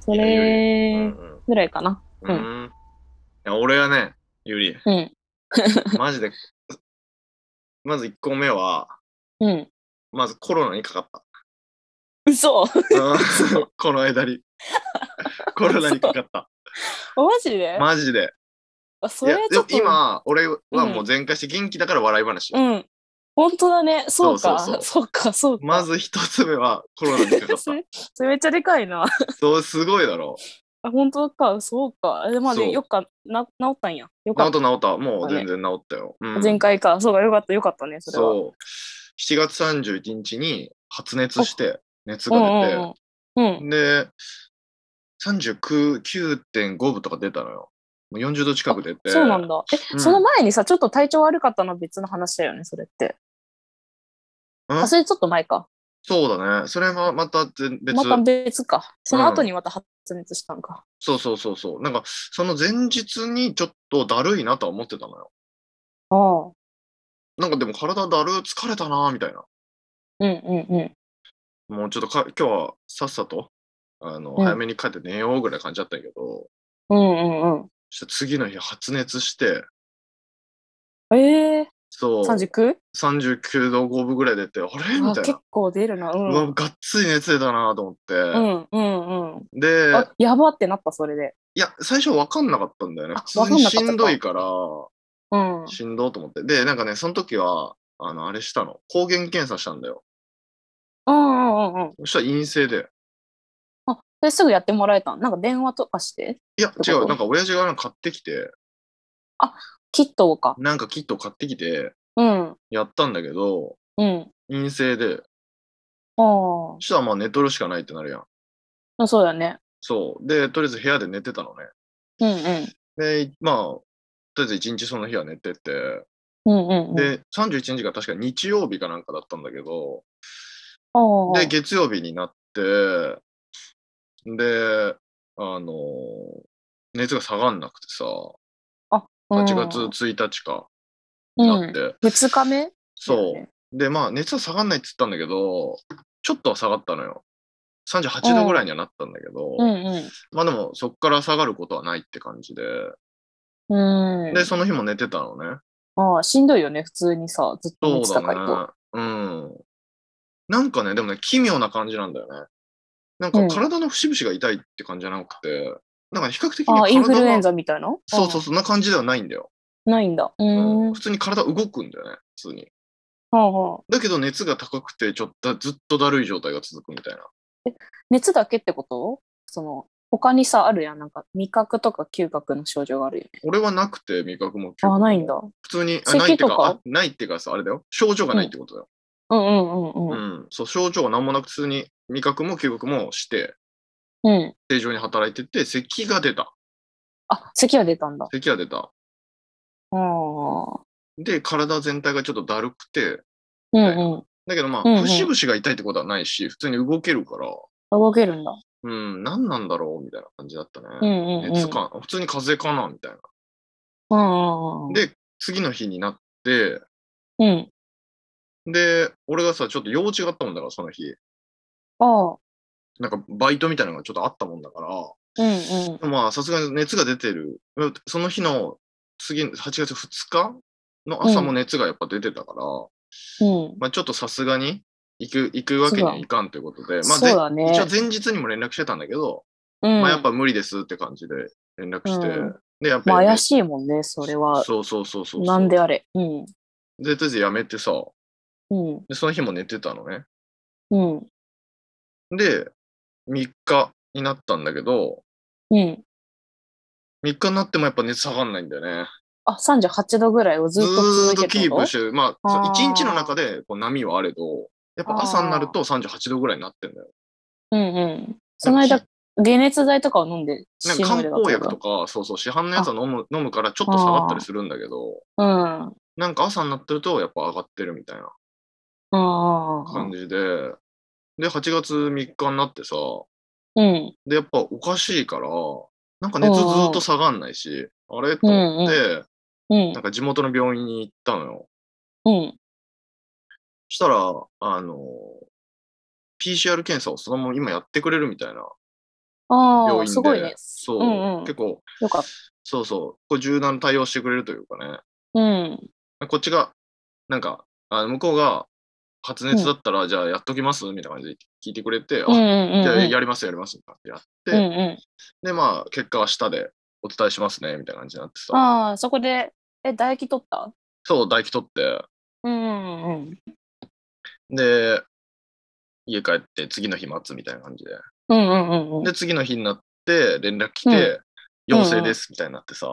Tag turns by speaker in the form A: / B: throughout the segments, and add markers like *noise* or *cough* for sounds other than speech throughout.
A: それぐらいかな。
B: うん、うんいや俺はね、ゆり、
A: うん。
B: マジで、 *laughs* まず1個目は、
A: うん。
B: まずコロナにかかった。 *laughs*
A: *laughs* 嘘マ
B: うんこの間に。コロナにかかった。
A: ジで、
B: マジで。
A: あそ
B: い
A: れ
B: や
A: はち
B: で
A: ょっ
B: も
A: と。。
B: 今、俺はもう全開して元気だから笑い話。
A: うん。本当だね。そうか。
B: そうそうそう
A: そうか、そうか。
B: まず一つ目はコロナにかかっ
A: そ *laughs*
B: た。
A: れそれめっちゃでかいな。
B: そう、すごいだろ。
A: あ本当か、そうか。えまあ、
B: そう
A: ね、よっかな、治ったんや。よ
B: 治
A: か
B: っ
A: った
B: 治った。もう全然治ったよ。う
A: た。
B: ん
A: 前回か。そうか、よかった、よかったね、それは。
B: そう。7月31日に発熱して、熱
A: うん
B: が出て、
A: うんうん。うん。
B: で、39.5分とか出たのよ。もう40度近く出て。
A: そうなんだ。え、
B: うん
A: その前にさ、ちょっと体調悪かったのは別の話だよね、それって。
B: ん
A: あ、それちょっと前か。
B: そうだね。それはまた全別、
A: また別か。その後にまた発熱したんか。
B: そうそうそうそう。なんか、その前日にちょっとだるいなとは思ってたのよ。
A: ああ。
B: なんかでも体だる、疲れたな、みたいな。
A: うんうんうん。
B: もうちょっとか今日はさっさと、あの、
A: うん
B: 早めに帰って寝ようぐらいな感じだったんやけど、
A: うんうん
B: そしたら次の日発熱して、
A: うん。ええ
B: そう、
A: 39?
B: 39度5分ぐらい出て、あれみ
A: あ
B: たい
A: 結
B: な。
A: 構出るな。う。
B: うんわ、がっつり熱出たなと思って。
A: うんうんうん。
B: で、
A: あ、やばってなった、それで。
B: いや、最初分かんなかったんだよね。
A: あ
B: 普通にしんどいから、
A: うん。
B: しんどいと思って。で、なんかね、その時は、あの、あれしたの。抗原検査したんだよ。
A: うんうんうんうん。
B: そしたら陰性で。
A: あ、それすぐやってもらえたんなんか電話とかして
B: いや、違
A: どこ
B: う。なんか親父がなんか買ってきて、
A: キットをか。
B: なんかキット買ってきて、
A: うん。
B: やったんだけど、
A: うん。
B: 陰性で、
A: あ
B: そしたらまあ寝とるしかないってなるやん。
A: あ。そうだね。
B: そう。で、とりあえず部屋で寝てたのね。
A: うんうん。
B: で、まあ、とりあえず一日その日は寝てて、
A: うんうんうん。
B: で、31日が確か日曜日かなんかだったんだけど、
A: ああ、
B: で、月曜日になって、で、あのー熱が下がんなくてさ、
A: うん
B: 8月1日か、になって、
A: 二日目
B: そう
A: だよね。
B: で、まあ、熱は下がんないって言ったんだけど、ちょっとは下がったのよ。38度ぐらいにはなったんだけど、まあでも、そっから下がることはないって感じで、
A: うんうん。うん。
B: で、その日も寝てたのね。
A: ああ、しんどいよね、普通にさ、ずっと
B: そう
A: 熱
B: だ
A: 高いと。
B: ね。うん。なんかね、でもね、奇妙な感じなんだよね。なん
A: う
B: か
A: ん
B: 体の節々が痛いって感じじゃなくて、なんか比較的に
A: ああ、インフルエン
B: 体が、
A: ザみたいな
B: そうそう、
A: そ
B: そんな感じではないんだよ。
A: う。ないんだ。うーん。
B: 普通に体動くんだよね、普通に。
A: はあはあ
B: だけど熱が高くて、ちょっとずっとだるい状態が続くみたいな。
A: 熱だけってことその、他にさ、あるやん。なんか、味覚とか嗅覚の症状があるよね。
B: 俺はなくて、味覚も嗅覚
A: あ
B: も
A: あ、ないんだ。。
B: 普通に、あ
A: 咳
B: ないって
A: と
B: か
A: か
B: あ、ないってかさ、あれだよ。症状がないってことだよ。
A: うんうんうん
B: う
A: うん。
B: ん。そう、症状が何もなく、普通に味覚も嗅覚もして、
A: うん。
B: 正常に働いてて、咳が出た。
A: あ、咳は出たんだ。
B: 咳が出た。
A: ああ。
B: で、体全体がちょっとだるくて、
A: うんうん。
B: だけどまあ、
A: うんうん
B: 節々が痛いってことはないし、普通に動けるから、
A: 動けるんだ。
B: うん、何なんだろうみたいな感じだった
A: う
B: ね。
A: んうんうん。
B: 熱か、普通に風邪かなみたいな。
A: うんうんうん。
B: で、次の日になって、
A: うん。
B: で、俺がさ、ちょっと用事があったもんだから、その日。
A: ああ。
B: なんか、バイトみたいなのがちょっとあったもんだか
A: うんうん。
B: ら、まあ、さすがに熱が出てる。うんその日の、次、8月2日の朝も熱がやっぱ出てたから、
A: うん。
B: まあ、ちょっとさすがに、行く、行くわけにはいかんということで、まあ、
A: そう
B: で
A: だね。
B: 一応前日にも連絡してたんだけど、
A: うん
B: まあやっぱ無理ですって感じで連絡して、
A: うん
B: で、やっぱ
A: まあ
B: り、
A: 怪しいもんね、それは。
B: そうそうそうそう。
A: なんであれ。うん。
B: で、とりあえずやめてさ、
A: うん。
B: で、その日も寝てたのね。
A: うん。
B: で、3日になったんだけど、
A: うん。
B: 3日になってもやっぱ熱下がんないんだよね。
A: あ、38度ぐらいをず
B: ず
A: っと
B: ーっ
A: 続いて
B: と
A: る
B: キープしてる。まあ、
A: あー
B: 1日の中でこう波はあれど、やっぱ朝になると38度ぐらいになってんだよ。
A: うんうん。その間、解熱剤とかを飲んで
B: なん
A: し
B: か
A: の
B: 漢
A: いで
B: 方薬とか、そうそう、市販のやつは飲む飲むからちょっと下がったりするんだけど、
A: うん。うん
B: なんか朝になってるとやっぱ上がってるみたいな。
A: うん
B: 感じで、で、8月3日になってさ、
A: うん。
B: で、やっぱおかしいから、なんか熱ずっと下がんないし、あれと思って、
A: うん
B: なん。か地元の病院に行ったのよ。
A: うん。
B: したら、あの、PCR 検査をそのまま今やってくれるみたいな
A: あ
B: 病
A: あ、
B: 院
A: すごい
B: で
A: ね。
B: そう、
A: うんうん
B: 結構
A: よかっ
B: そうそうこう柔軟に対応してくれるというかね
A: た。うん。
B: こっちが、なんか、あ向こうが発熱だったら、じゃあやっときますみたいな感じで聞いてくれて、
A: うん
B: あ、
A: うんうんうん。
B: じゃあやりますやりますってやっ
A: う
B: て、
A: んう
B: で、まあ、結果は下でお伝えしますね、みたいな感じになって
A: ん。
B: さ、
A: ああ、そこで、え、唾液取った
B: そう、唾液取って、
A: うんうんうん。
B: で、家帰って次の日待つみたいな感じで。
A: うんうんうんうん。
B: で、次の日になって連絡来て、陽性ですみたいになってさ、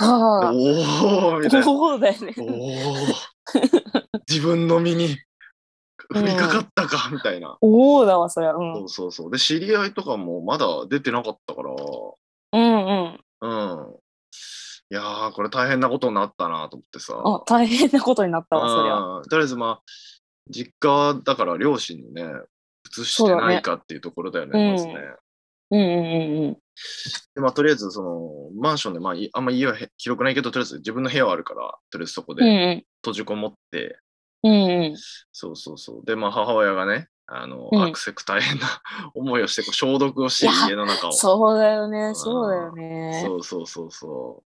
B: で
A: はあ。
B: おーみ
A: *laughs*
B: たいな。
A: そうだよね。
B: おー自分の身に降りかかったか、みたいな。
A: おおだわ、そりゃ。うん。う
B: そ
A: ん
B: うそうそう。で、知り合いとかもまだ出てなかったから、
A: うん。
B: うん。いやー、これ大変なことになったなと思ってさ。
A: あ、大変なことになったわ、そりゃ。
B: うんとりあえず、まあ、実家だから両親にね、移してないかっていうところだよね、
A: そう
B: まず
A: だね
B: ね。
A: うんうんうんうん。
B: で、まあ、とりあえず、その、マンションで、まあ、いあんま家はへ広くないけど、とりあえず自分の部屋はあるから、とりあえずそこ
A: うん
B: で
A: うん。
B: 閉じこもって、
A: うんうん。
B: そうそうそう。で、まあ、母親がね、あの、
A: うん
B: 悪せく大変な *laughs* 思いをして、こう消毒をして
A: いや
B: 家の中を。
A: そうだよね、そうだよね。
B: そうそうそうそ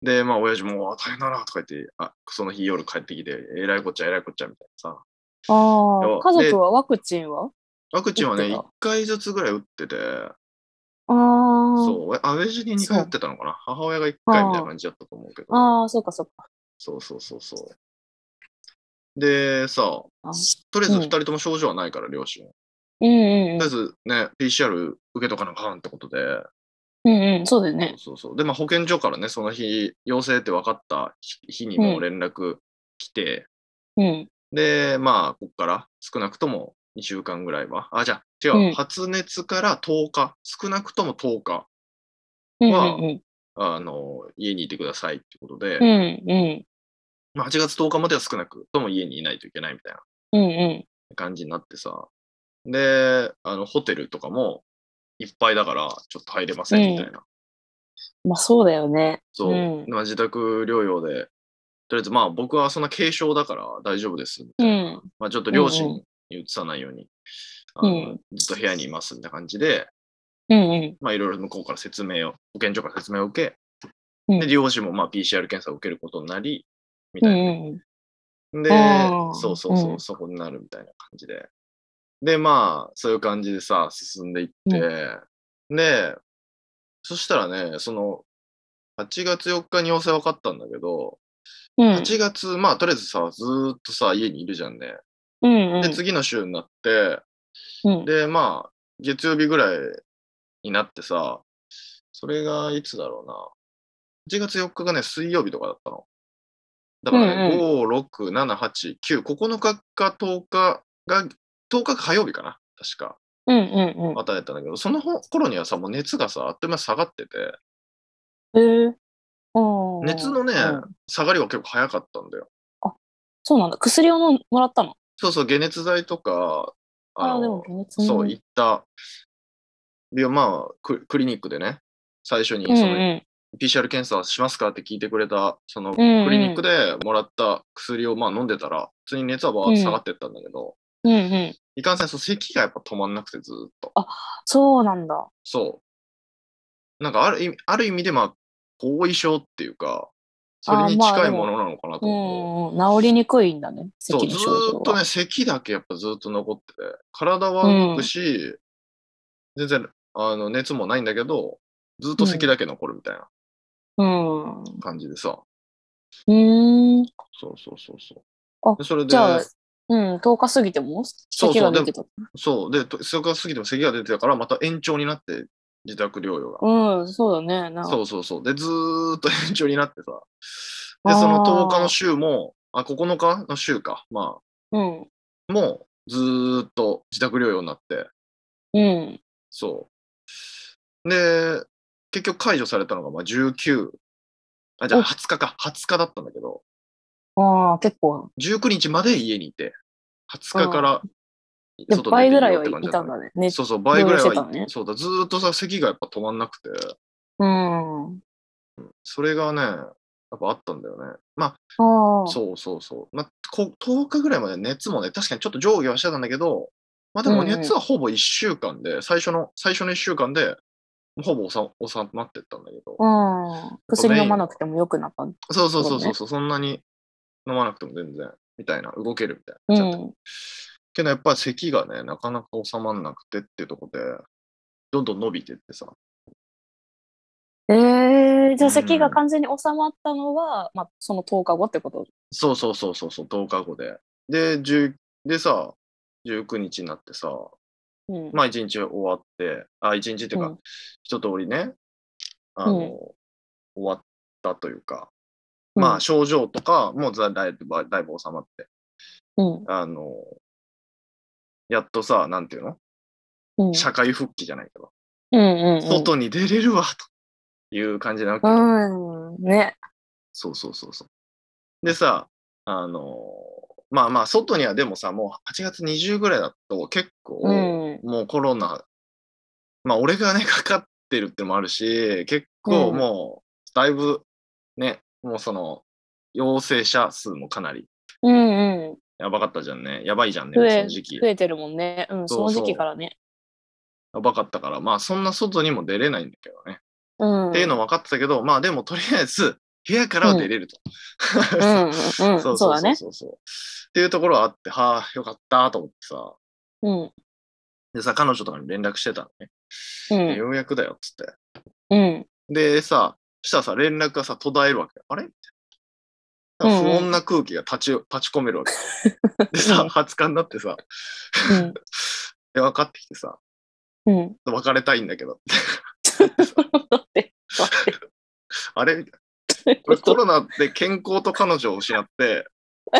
B: う。で、まあ、親父も、あ大変だなとか言って、あその日夜帰ってきて、えらいこっちゃ、えらいこっちゃみたいなさ。
A: ああ、
B: そう
A: 家族はワクチンは
B: ワクチンはね、
A: 打って
B: 1
A: た
B: 回ずつぐらい打ってて、
A: ああ。
B: そう、あ親父に2回打ってたのかな。母親が1回みたいな感じだったと思うけど、
A: ああ、そうかそうか。
B: そうそうそうそう。で、さ、
A: あ
B: とりあえず
A: うん
B: 2人とも症状はないから、両親。
A: うんうんうん
B: とりあえずね、PCR 受けとかなあかんってことで、
A: うんうん、そうだよね。
B: そうそうそう。で、まあ、保健所からね、その日、陽性って分かった日にもう連絡来て、
A: うん。
B: で、まあ、ここから少なくとも2週間ぐらいは、あ、じゃあ、違う、
A: うん
B: 発熱から10日、少なくとも10日、
A: うんうん
B: ま
A: うん。
B: あの、家にいてくださいってことで、
A: うんうん。
B: まあ、8月10日までは少なくとも家にいないといけないみたいな
A: うんうん。
B: 感じになってさ、で、あの、ホテルとかもいっぱいだから、ちょっと入れませんみたいな。
A: まあそうだよね。
B: そう、
A: うん
B: まあ、自宅療養で、とりあえず、まあ、僕はそんな軽症だから大丈夫ですみた
A: う
B: いな。
A: ん。
B: まあ、ちょっと両親
A: うんう
B: に移さないように、あ
A: う
B: のずっと部屋にいますみたいな感じで、
A: うんうん。
B: まあ、いろいろ向こうから説明を、保健所から説明を受
A: う
B: け、
A: ん
B: で、両親もまあ PCR 検査を受けることになり、み
A: う
B: た
A: ん
B: いうな。
A: んうん。
B: で
A: あー、
B: そうそうそうう、
A: ん
B: そこになるみたいな感じで。で、まあ、そういう感じでさ、進んでいって、で、そしたらね、その、8月4日に陽性分かったんだけど、
A: うん
B: 8月、まあ、とりあえずさ、ずーっとさ、家にいるじゃんね。
A: うんうん
B: で、次の週になって、
A: うん
B: で、まあ、月曜日ぐらいになってさ、それがいつだろうな。8月4日がね、水曜日とかだったの。だからね、
A: うん
B: 5、6、7、8、9、9日か10日が、10日か火曜日かな。確か。
A: うんうん
B: またやったんだけど、その頃にはさ、もう熱がさ、あっという間に下がってて、
A: うん。えーうん
B: 熱のね
A: うん
B: 下がりは結構早かったんだよ。
A: そうなんだ。薬をのもらったの。
B: そうそう、解熱剤とか、
A: ああ、で
B: の
A: も解熱ね
B: そう、行った、でまあク、クリニックでね、最初に
A: うん
B: その
A: うん。
B: PCR 検査しますかって聞いてくれた、そのク
A: うんうん
B: リニックでもらった薬をまあ飲んでたら、普通に熱はバーって下がってったんだけど、
A: うんうん。
B: いかんせん、そう咳がやっぱ止まんなくてずーっと。
A: そうなんだ。
B: そう。なんかある意味、ある意味でまあ、後遺症っていうか、それに
A: あーまあ
B: 近い
A: でも
B: ものなのかなと
A: う
B: 思う。
A: んうん。治りにくいんだね。
B: そう、
A: 咳
B: ず
A: の症
B: ーっ
A: 状
B: と
A: は。
B: ね、咳だけやっぱずーっと残ってて、体は動くし、全然あの熱もないんだけど、ずーっと咳だけ残るみたいな
A: うん。う
B: 感じでさ、
A: ーん。
B: そうそうそうそう。
A: あ
B: でそれで
A: じ、ゃあ、うん、10日過ぎても
B: そう
A: 咳が出てた。う
B: そう、で、と数日過ぎても咳が出てたから、また延長になって、自宅療養が。
A: ん、そうだね。な
B: そうそうそう。で、ずーっと *laughs* 延長になってさ、で、その
A: あー
B: 10日の週も、あ、9日の週か、ま
A: うん。
B: あ、もうずーっと自宅療養になって、
A: うん。
B: そう。で、結局解除されたのがまあ19、あ、じゃあ
A: お
B: 20日か、20日だったんだけど、
A: ああ、結構。
B: 19日まで家にいて、20日から
A: で
B: 外出
A: 倍
B: て
A: ぐ
B: い
A: ら
B: い
A: い
B: よっ
A: は
B: て
A: い
B: 感じだ
A: た
B: っ
A: ん
B: た
A: だね。ね
B: そうそう、倍ぐらい
A: 療養してたの
B: は
A: ね
B: い、そうだ、ずーっとさ、咳がやっぱ止まんなくて、
A: うん。
B: それがね、やっぱあったんだよね。ま
A: あ
B: あ、
A: あ。
B: そうそうそう。まあ、こ10日ぐらいまで熱もね、確かにちょっと上下はしてたんだけど、まあでも
A: うんうん
B: 熱はほぼ1週間で、最初の、最初の1週間で、ほぼ収収まってったんだけど、
A: うん。薬飲まなくても良くなった。う
B: そうそうそう
A: そう
B: そ
A: ね
B: うそう、そんなに飲まなくても全然、みたいな、動けるみたいな。ちゃんと
A: ん。
B: けどやっぱり咳がね、なかなか収まんなくてっていうとこで、どんどん伸びてってさ、
A: えー、じゃ
B: うん
A: あ咳が完全に収まったのは、まあ、その10日後ってこと
B: そうそうそうそうそう、10日後で。で、10でさ、19日になってさ、
A: うん。
B: まあ1日終わって、あ、1日っていうか、
A: うん
B: 一通りね、あの、
A: うん
B: 終わったというか、
A: うん
B: まあ、症状とかもだだいぶだいぶ収まって、
A: うん。
B: あの、やっとさ、なんていうの
A: うん。
B: 社会復帰じゃないけど、
A: うん。うん。
B: 外に出れるわ、という感じなわけよ。
A: うん。ね。
B: そうそうそうそう。でさ、あのまあまあ、外にはでもさ、もう8月20ぐらいだと結構、
A: うん。
B: もうコロナ、まあ俺がね、かかってるってのもあるし、結構
A: うん
B: もう、だいぶね、もうその、陽性者数もかなり
A: うんうん。
B: やばかったじゃんね。やばいじゃんね、
A: 増
B: そ
A: え
B: の時期
A: 増。えてるもんね。うん。
B: そう
A: そ
B: そう
A: の時期からね。
B: やばかったから、まあそんな外にも出れないんだけどね。
A: うん。
B: っていうの分かってたけど、まあでもとりあえず、部屋からは出れると。
A: うん。
B: *laughs*
A: うん。うん。そうだね。
B: そうそうそうっていうところはあって、はあ、よかったと思ってさ、
A: うん。
B: でさ、彼女とかに連絡してたのね。
A: う
B: で
A: ん。
B: ようやくだよっつって。
A: うん。
B: でさ、したらさ、連絡がさ、途絶えるわけ。あれみたいな
A: うんうん
B: 不穏な空気が立ち立ち込めるわけ。
A: *laughs*
B: で
A: う
B: さ、
A: ん
B: 20日になってさ、
A: うん
B: で、分かってきてさ、
A: うん。
B: 別れたいんだけど。 *laughs*
A: 待って。
B: あれみたい
A: 待って
B: なコロナで健康と彼女を失って、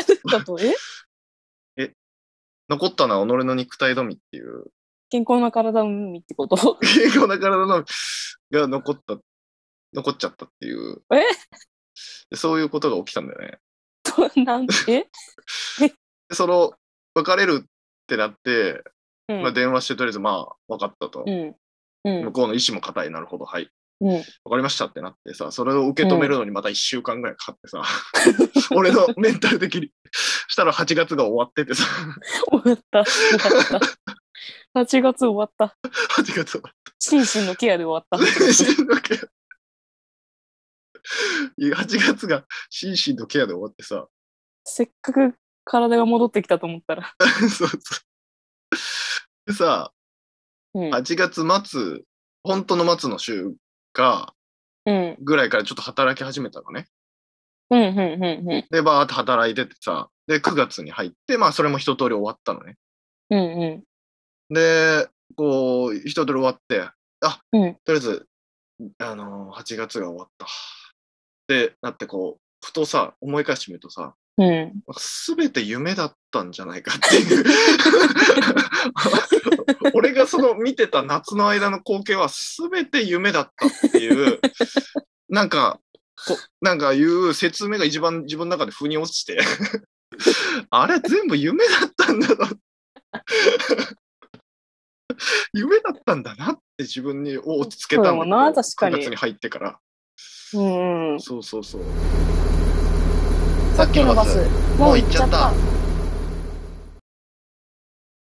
A: ちょっとえ
B: 残ったのは己の肉体のみっていう、
A: 健康な体の海ってこと
B: 健 *laughs* 康な体のみが残った、残っちゃったっていう。
A: え
B: でそういうことが起きたんだよね。
A: なんえ
B: でその、別れるってなって、
A: うん
B: まあ、電話してとりあえず、まあ、分かったと。
A: うん。うん
B: 向。こうの意思も固い、なるほど、はい。
A: うん。
B: わかりましたってなってさ、それを受け止めるのにまた1週間ぐらいかかってさ、 *laughs* 俺のメンタル的に。したら8月が終わっててさ、 *laughs*
A: 終わった。終わった。8月終わった。
B: 8月終
A: *laughs*
B: わ
A: 心身のケアで終わっ
B: って心身のケア。いや8月が心身のケアで終わってさ、
A: た。せっかく体が戻ってきたと思ったら。
B: *laughs* そうそう。でさ、
A: うん。
B: 8月末、本当の末の週が、
A: うん。
B: ぐらいからちょっと働き始めたのね。
A: うん。うん。うん。うん。
B: で、バーって働いててさ、で、9月に入って、まあ、それも一通り終わったのね。
A: うん。
B: で、こう、一通り終わって、あ、
A: うん
B: とりあえず、あのー、8月が終わった。で、だってこう、ふとさ、思い返してみるとさ、
A: うん。うん。
B: すべて夢だったんじゃないかって
A: *laughs*
B: いう。俺がその見てた夏の間の光景はすべて夢だったっていう、なんか、こなんかいう説明が一番自分の中で腑に落ちて、あれ全部夢だったんだな。夢だったんだなって自分に落ち着けたんだけど
A: そうだもんな確かに
B: 9月に入ってから。
A: うん。うん。
B: そうそうそう。
A: さっきのバス、もう行っちゃった。